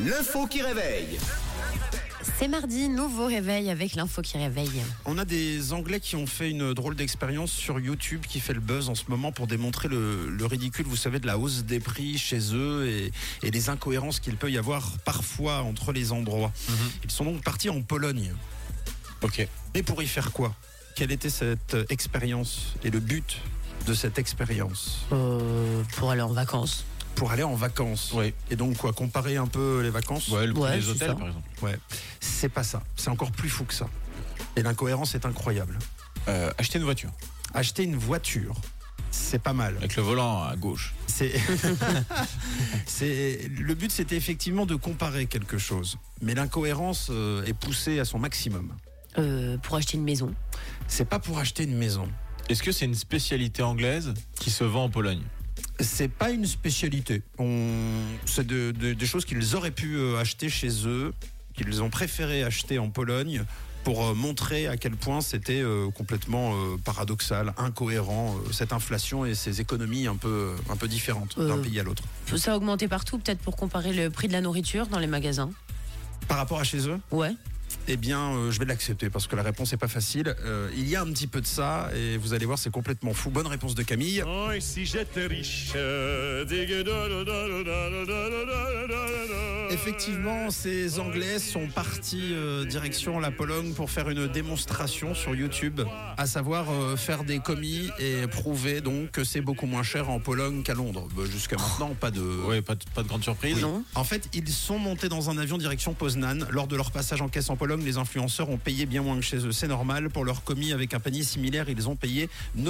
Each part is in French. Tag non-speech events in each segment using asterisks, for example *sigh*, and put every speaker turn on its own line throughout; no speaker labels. L'info qui réveille.
C'est mardi, nouveau réveil avec l'info qui réveille.
On a des Anglais qui ont fait une drôle d'expérience sur YouTube qui fait le buzz en ce moment pour démontrer le, le ridicule, vous savez, de la hausse des prix chez eux et, et les incohérences qu'il peut y avoir parfois entre les endroits. Ils sont donc partis en Pologne.
Mhm. Ok.
Mais pour y faire quoi Quelle était cette euh, expérience et le but de cette expérience
Euh, pour aller en vacances.
Pour aller en vacances.
Ouais.
Et donc quoi Comparer un peu les vacances
Ouais, le prix
Ouais,
des
c'est
hôtels,
ça.
par exemple.
Ouais. C'est pas ça. C'est encore plus fou que ça. Et l'incohérence est incroyable.
Euh, acheter une voiture
Acheter une voiture, c'est pas mal.
avec le volant à gauche.
C'est, *laughs* c'est le but, c'était effectivement de comparer quelque chose, mais l'incohérence euh, est poussée à son maximum.
Euh, pour acheter une maison.
C'est pas pour acheter une maison.
Est-ce que c'est une spécialité anglaise qui se vend en Pologne
C'est pas une spécialité. On... C'est de- de- des choses qu'ils auraient pu euh, acheter chez eux, qu'ils ont préféré acheter en Pologne pour euh, montrer à quel point c'était euh, complètement euh, paradoxal, incohérent, euh, cette inflation et ces économies un peu, un peu différentes d'un
Euh.
pays à l'autre.
Ça a augmenté partout, peut-être pour comparer le prix de la nourriture dans les magasins.
Par rapport à chez eux,
Ouais.
Eh bien, euh, je vais l'accepter parce que la réponse n'est pas facile. Euh, il y a un petit peu de ça et vous allez voir, c'est complètement fou. Bonne réponse de Camille.
Oh, et si j'étais riche. euh, digue da da da da da da da da da da.
Effectivement, ces Anglais sont partis euh, direction la Pologne pour faire une démonstration sur YouTube, à savoir euh, faire des commis et prouver donc que c'est beaucoup moins cher en Pologne qu'à Londres. Bah, Jusqu'à maintenant, pas de.
Euh, Ouais, pas de, pas de grande surprise.
Non.
En fait, ils sont montés dans un avion direction Poznan. Lors de leur passage en caisse en Pologne, les influenceurs ont payé bien moins que chez eux. C'est normal. Pour leur commis avec un panier similaire, ils ont payé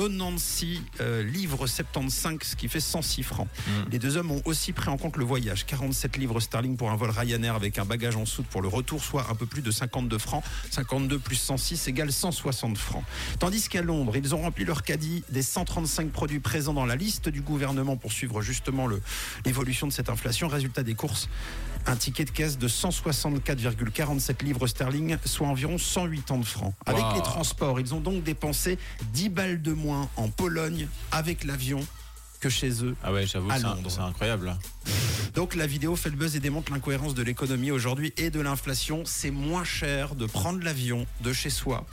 96 euh, livres 75, ce qui fait 106 francs. Les deux hommes ont aussi pris en compte le voyage. 47 livres sterling pour un vol Ryanair avec un bagage en soute pour le retour, soit un peu plus de 52 francs. 52 plus 106 égale 160 francs. Tandis qu'à Londres, ils ont rempli leur caddie des 135 produits présents dans la liste du gouvernement pour suivre justement le- l'évolution de cette inflation. Résultat des courses, un ticket de caisse de 164,47 livres sterling, soit environ 180 francs. Avec
Wow.
les transports, ils ont donc dépensé 10 balles de moins en Pologne avec l'avion que chez eux
Ah ouais, j'avoue,
À
c'est un-
Londres.
c'est incroyable. hein. là.
donc la vidéo fait le buzz et démontre l'incohérence de l'économie aujourd'hui et de l'inflation. C'est moins cher de prendre l'avion de chez soi,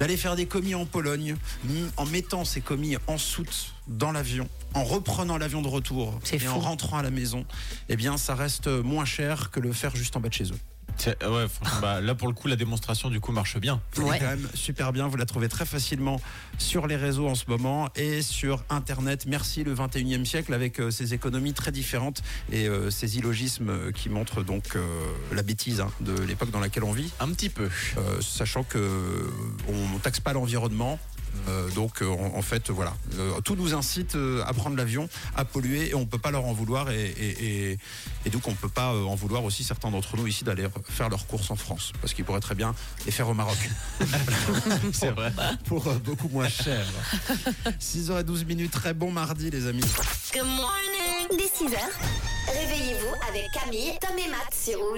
d'aller faire des commis en Pologne, m- en mettant ses commis en soute dans l'avion, en reprenant l'avion de retour
C'est
et en
fou.
rentrant à la maison. Eh bien, ça reste moins cher que le faire juste en bas de chez eux.
C'est- Ouais, franchement, bah, là, pour le coup, la démonstration, du coup, marche bien.
Ouais.
C'est quand même super bien. Vous la trouvez très facilement sur les réseaux en ce moment et sur Internet. Merci le 21e siècle avec euh, ses économies très différentes et euh, ses illogismes euh, qui montrent donc euh, la bêtise hein, de l'époque dans laquelle on vit,
Un petit peu.
euh, sachant que euh, on ne taxe pas l'environnement. Euh, donc euh, en, en fait voilà, Euh, tout nous incite euh, à prendre l'avion, à polluer et on ne peut pas leur en vouloir et, et- et- et donc on ne peut pas euh, en vouloir aussi certains d'entre nous ici d'aller faire leurs courses en France parce qu'ils pourraient très bien les faire au Maroc
*laughs* C'est vrai.
pour euh, beaucoup moins cher. 6h12 minutes, très bon mardi les amis.
Dès 6h, réveillez-vous avec Camille, Tom et Matt sur Rouge.